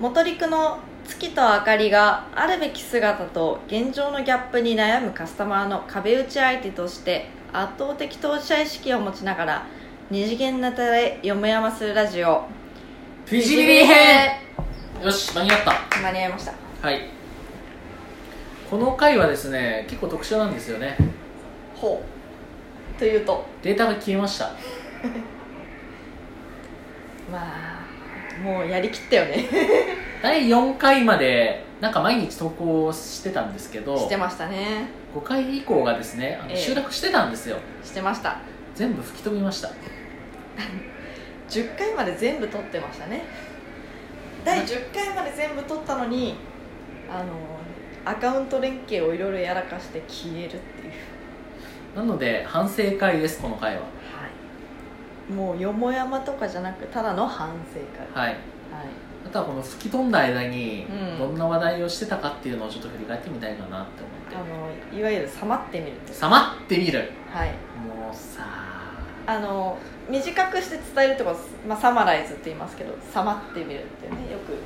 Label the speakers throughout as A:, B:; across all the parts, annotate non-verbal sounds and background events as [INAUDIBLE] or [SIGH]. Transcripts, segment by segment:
A: 元陸の月と明かりがあるべき姿と現状のギャップに悩むカスタマーの壁打ち相手として圧倒的当事者意識を持ちながら二次元ネタでよもやまするラジオ
B: フィジビリ編よし間に合った
A: 間に合いました
B: はいこの回はですね結構特殊なんですよね
A: ほうというと
B: データが消えました
A: まあもうやりきったよね
B: 第4回までなんか毎日投稿してたんですけど
A: してましたね
B: 5回以降がですねあ
A: え
B: の
A: え
B: 集落してたんですよ、
A: してました
B: 全部吹き飛びました
A: 10回まで全部撮ってましたね第10回まで全部撮ったのにあのアカウント連携をいろいろやらかして消えるっていう
B: なので反省会ですこの回は
A: はいもうよもやまとかじゃなくただの反省会
B: はい
A: はい
B: あとはこの吹き飛んだ間に
A: うん
B: どんな話題をしてたかっていうのをちょっと振り返ってみたいかなって思
A: あ
B: って
A: のいわゆる「さまってみる」です
B: さまってみる
A: はい
B: もうさ
A: あの短くして伝えるってことです、まあ、サマライズって言いますけど「さまってみる」ってねよく言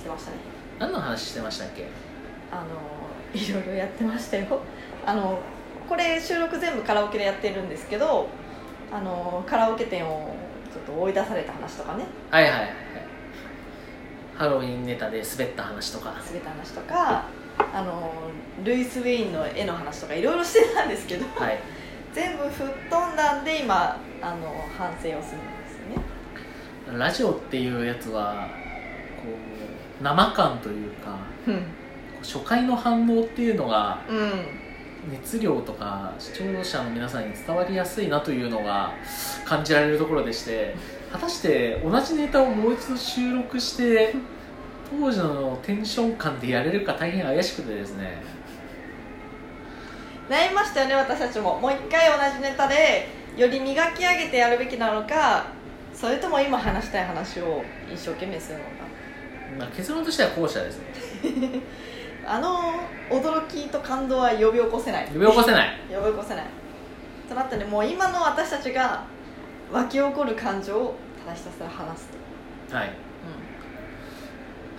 A: ってましたね
B: 何の話してましたっけ
A: あのいろいろやってましたよ [LAUGHS] あのこれ収録全部カラオケでやってるんですけどあのカラオケ店をちょっと追い出された話とかね
B: はいはいはいはいハロウィンネタで滑った話とか
A: 滑った話とかあのルイス・ウェインの絵の話とかいろいろしてたんですけど
B: [LAUGHS]
A: [LAUGHS]
B: はい
A: 全部吹っ飛んだんで今あの反省をするんですよね
B: ラジオっていうやつはこう生感というかこう初回の反応っていうのが
A: うん、
B: 熱量とか視聴者の皆さんに伝わりやすいなというのが感じられるところで [LAUGHS] して果たして同じネタをもう一度収録して当時のテンション感でやれるか大変怪しくてですね
A: 悩みましたよね私たちももう一回同じネタでより磨き上げてやるべきなのかそれとも今話したい話を一生懸命するのか
B: まあ結論としては後者ですね
A: あの驚きと感動は呼び起こせない
B: 呼び起こせない
A: 呼び起こせないとなったねもう今の私たちが湧き起こる感情をただひたすら話すと
B: はい
A: うん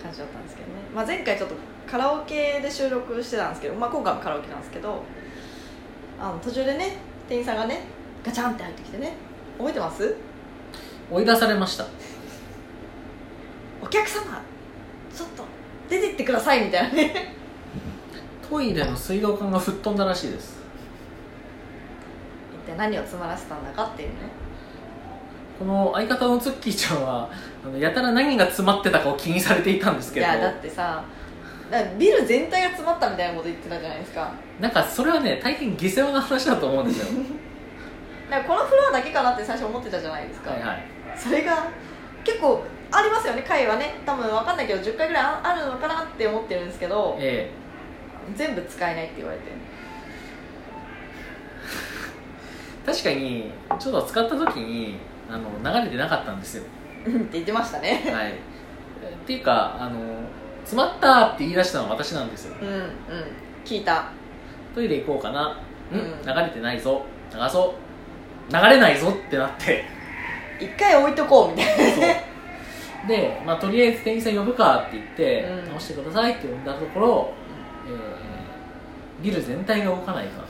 A: 感じだったんですけどね、まあ、前回ちょっとカラオケで収録してたんですけど、まあ、今回もカラオケなんですけどあの途中でね店員さんがねガチャンって入ってきてね覚えてます
B: 追い出されました
A: お客様ちょっと出てってくださいみたいなね [LAUGHS]
B: トイレの水道管が吹っ飛んだらしいです
A: 一体何を詰まらせたんだかっていうね
B: この相方のツッキーちゃんはあのやたら何が詰まってたかを気にされていたんです
A: い
B: けど
A: やだってさだからビル全体が詰まったみたいなこと言ってたじゃないですか
B: なんかそれはね大変下世話な話だと思うんですよ
A: だからこのフロアだけかなって最初思ってたじゃないですか、
B: はいはい
A: それが結構ありますよね回はね多分分かんないけど10回ぐらいああるのかなって思ってるんですけど
B: え
A: 全部使えないって言われて
B: え確かにちょっと使った時にあの流れてなかったんですよ、
A: うんって言ってましたね
B: はい、っていうかあの詰まったって言い出したのは私なんですよ
A: うんうん聞いた
B: トイレ行こうかなうん、
A: うん
B: 流れてないぞ流そう流れないぞってなって
A: 一回置いとこうみたい
B: そうで、まあ、とりあえず店員さん呼ぶかって言って、
A: うん
B: 直してくださいって呼んだところ、えービル全体が動かないかな
A: な
B: と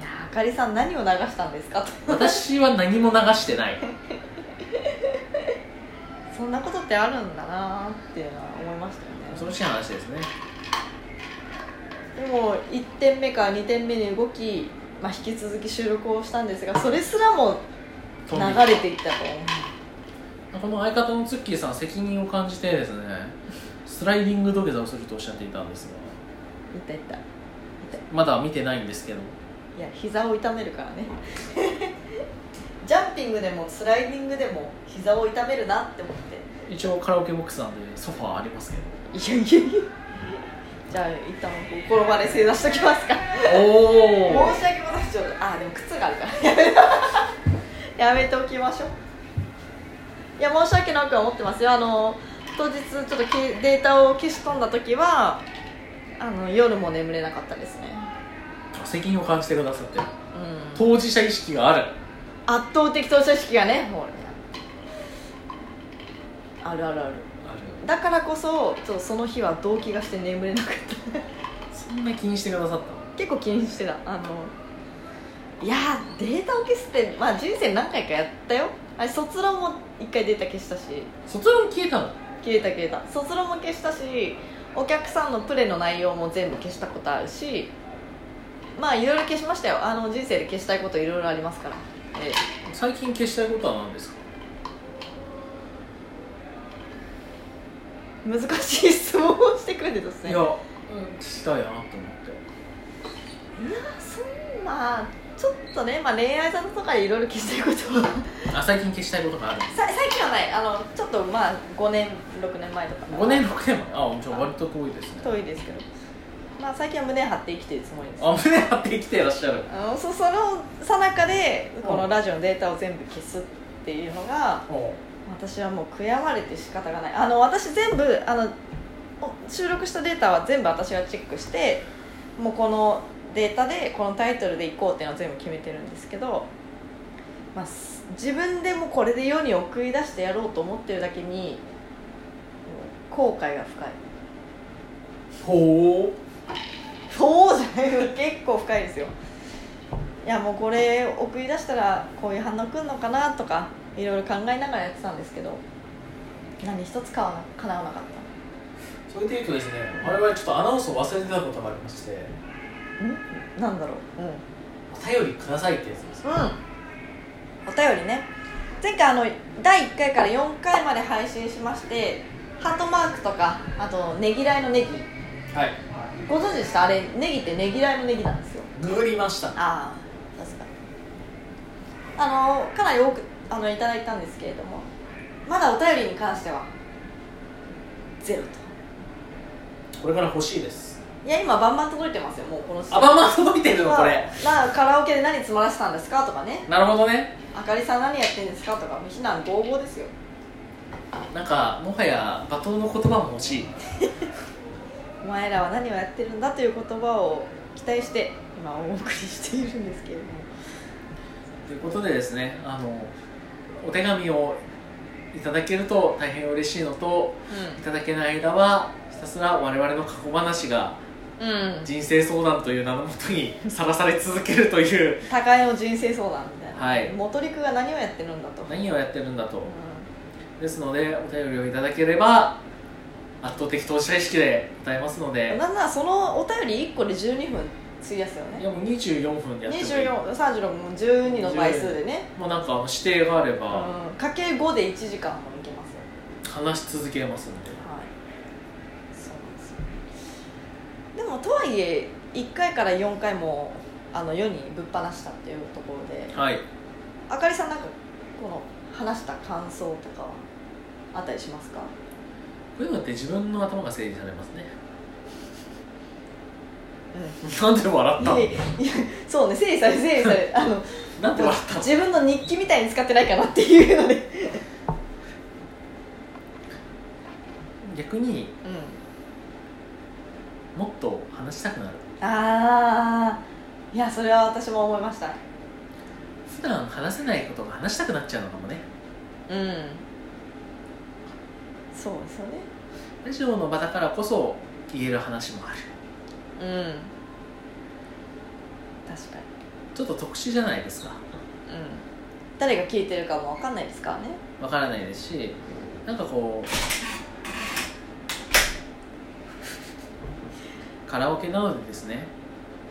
A: いやあかりさん何を流したんですかと
B: 私は何も流してない
A: そんなことってあるんだなーっていうのは思いました
B: 恐
A: よ
B: ろ
A: ね
B: しい話ですね
A: でも1点目から2点目に動き、まあ、引き続き収録をしたんですがそれすらも
B: 飛んで
A: 流れていったと
B: この相方のツッキーさん責任を感じてですねスライディング土下座をするとおっしゃっていたんですが
A: いったいった
B: まだ見てないんですけど
A: いや膝を痛めるからね [LAUGHS] ジャンピングでもスライディングでも膝を痛めるなって思って
B: 一応カラオケボックスなんでソファーありますけど
A: いやいやいやじゃあ一旦こう転ばれ正座しときますか申
B: お
A: し訳ございませんちょっとあでも靴があるからやめやめておきましょういや申し訳なく思ってますよあの当日ちょっとけデータを消し飛んだ時はあの夜も眠れなかったですね
B: お責任を感じてくださって
A: うん
B: 当事者意識がある
A: 圧倒的投射意識がねもうねあるあるある
B: ある
A: だからこそちょっとその日は動悸がして眠れなかった
B: そんな気にしてくださった
A: 結構気にしてたあのいやーデータを消すって、まあ、人生何回かやったよあれ卒論も一回データ消したし
B: の卒論消えたの
A: 消えた消えた卒論も消したしお客さんのプレの内容も全部消したことあるしまあいろいろ消しましたよあの人生で消したいこといろいろありますから、ええ
B: 最近消したいことは何ですか
A: 難しい質問をしてくるんですね
B: いや、うん、聞きたいなと思って
A: そんなちょっとね、まあ、恋愛沙汰とかいろいろ消したいことは
B: あ最近消したいことがある
A: [LAUGHS] さ最近はないあのちょっとまあ5年6年前とか
B: 5年6年前あじゃあ割と遠いですね
A: 遠いですけどまあ最近は胸張って生きてるつもりです
B: あ胸張って生きてらっしゃる
A: あのそそのさなかで
B: ん
A: このラジオのデータを全部消すっていうのが私はもう悔やまれて仕方がないあの私全部あのお収録したデータは全部私がチェックしてもうこのデータでこのタイトルでいこうっていうのを全部決めてるんですけど、まあ、す自分でもこれで世に送り出してやろうと思ってるだけにもう後悔が深い
B: ほ
A: そうじゃない結構深いですよいやもうこれ送り出したらこういう反応くんのかなとかいろいろ考えながらやってたんですけど何一つかわな叶わなかった
B: うそれでいうとですね我々ちょっとアナウンスを忘れてたことがありまして
A: んなんだろうう
B: お便りくださいってやつです
A: んうんお便りね前回あの第1回から4回まで配信しましてハートマークとかあとねぎらいのネギ
B: はい
A: ご存知でしたあれネギってねぎらいのネギなんですよ
B: 塗りました
A: ああ確かにあのかなり多くあのいただいたんですけれどもまだお便りに関してはゼロと
B: これから欲しいです
A: いや今バンバン届いてますよもうこの
B: あまあまあ届いてるの
A: まあ
B: これ
A: まあカラオケで何詰まらせたんですかとかね
B: なるほどね
A: あかりさん何やってんですかとか非難合々ですよ
B: なんかもはや罵倒の言葉も欲しい
A: お前らは何をやってるんだという言葉を期待して今お送りしているんですけれども
B: ということでですねあのお手紙をいただけると大変嬉しいのといただけない間はひたすら我々の過去話が
A: うん、うん、
B: 人生相談という名のもとにさらされ続けるという
A: 互いの人生相談みたいな、
B: はい
A: 元陸が何をやってるんだと、
B: 何をやってるんだと
A: うん
B: ですのでお便りをいただければ圧倒的投資者意識で答えますので
A: なんならそのお便り1個で12分費やすよ
B: い
A: ね
B: やもう24分でやってもいい
A: 2436も12の倍数でね、
B: もうなんか指定があれ
A: う
B: ば
A: ん、かけ5で1時間もいけますよ
B: 話し続けますので
A: はいそうなんですよでもとはいえ1回から4回もあの世にぶっ放したっていうところで
B: はい
A: あかりさんなんかこの話した感想とかはあったりしますか
B: こういうのって自分の頭が整理されますね [LAUGHS]
A: う
B: なんで笑った
A: ん、いやいやそうね整理され整理されあ
B: [LAUGHS]
A: の
B: なんで笑った
A: 自分の日記みたいに使ってないかなっていうので、
B: 逆に
A: うん、
B: もっと話したくなる
A: ああいやそれは私も思いました
B: 普段話せないことが話したくなっちゃうのかもね
A: うんそうですよね
B: ラジオの場だからこそ言える話もある
A: うん確か
B: ちょっと特殊じゃないですか
A: にうん誰が聞いてるかもわかんないですからね
B: わからないですしなんかこうカラオケなのでですね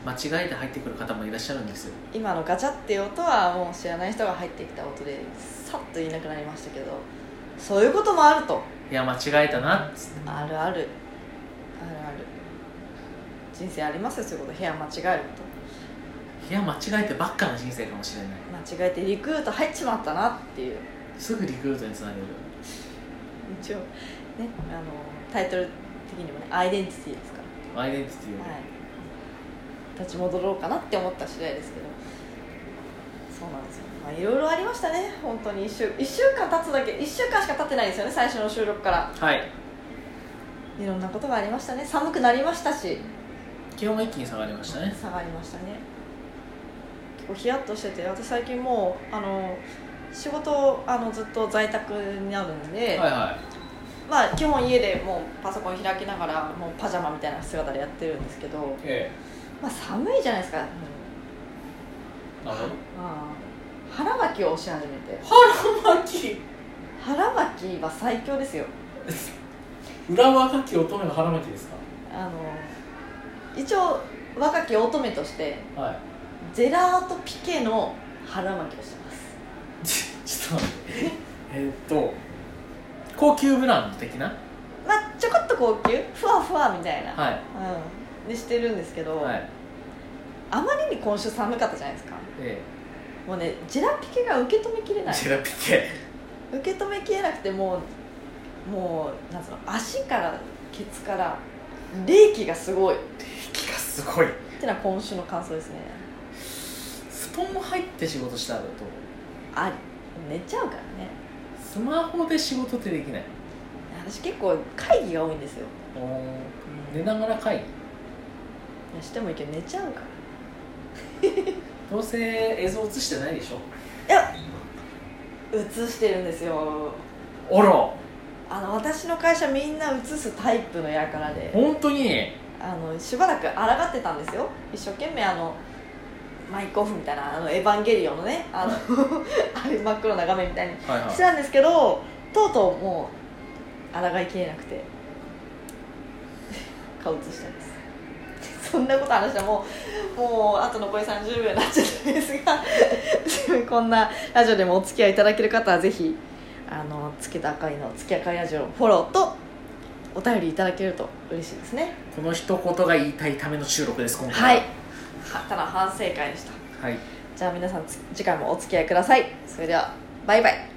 B: 間違えて入ってくる方もいらっしゃるんですよ
A: 今のガチャっていう音はもう知らない人が入ってきた音でさっといなくなりましたけどそういうこともあると
B: いや間違えたなっつって
A: あるあるあるある人生ありますよそういうこと部屋間違えること
B: いや間違えてばっかの人生かもしれない
A: 間違えてリクルート入っちまったなっていう
B: すぐリクルートにつなげる
A: 一応ねあのタイトル的にもねアイデンティティですか
B: アイデンティティ
A: ら、
B: を、
A: はい、立ち戻ろうかなって思った次第ですけどそうなんですよまあいろいろありましたね本当に1週一週間経つだけ1週間しか経ってないですよね最初の収録から
B: はい、
A: いろんなことがありましたね寒くなりましたし
B: 気温が一気に下がりましたね
A: 下がりましたね結構ヒヤッとしてて私最近もうあの仕事あのずっと在宅になるんで、
B: はいはい
A: まあ基本家でもうパソコン開きながらもうパジャマみたいな姿でやってるんですけど、
B: え
A: まあ、寒いじゃないですか、うん
B: えなるほど
A: まあ腹巻きを押し始めて
B: 腹巻き
A: 腹巻きは最強ですよ
B: 裏若き乙女の腹巻きです
A: あの一応若き乙女として
B: かはい
A: ジェラートピケの腹巻きをしてます
B: ち [LAUGHS] ちょっと待ってえーっと高級ブランド的な
A: まあちょこっと高級ふわふわみたいな、
B: はい
A: うん、でしてるんですけど、
B: はい
A: あまりに今週寒かったじゃないですか
B: え
A: もうねジェラピケが受け止めきれ
B: え
A: ない
B: ジェラピケ
A: 受け止めきれなくてもうもうなんつうの足からケツから冷気がすごいっ
B: 気がすごい
A: てのは今週の感想ですね
B: スポン入って仕事したらと
A: あり寝ちゃうからね
B: スマホで仕事ってできない
A: 私結構会議が多いんですよ
B: おー寝ながら会議
A: いやしてもいいけど寝ちゃうから
B: どうせ映像映してないでしょ
A: 映してるんですよ
B: あら
A: あの私の会社みんな映すタイプのやからで
B: 本当に
A: あのしばらく抗ってたんですよ一生懸命あのマイクオフみたいなあのエヴァンゲリオンのねあの [LAUGHS] あれ真っ黒な画面みたいに
B: はいは
A: してたんですけどとうとうもう抗いきれなくて [LAUGHS] 顔映したんですそんなこと話したらもうもうあと残り30秒になっちゃったんですがこんなラジオでもお付き合いいただける方はぜひあの月と赤いの月赤いラジオのフォローとお便りいただけると嬉しいですね
B: この一言が言いたいための収録です今
A: は
B: 回
A: いただ反省会でした
B: はい
A: じゃあ皆さんつ次回もお付き合いくださいそれではバイバイ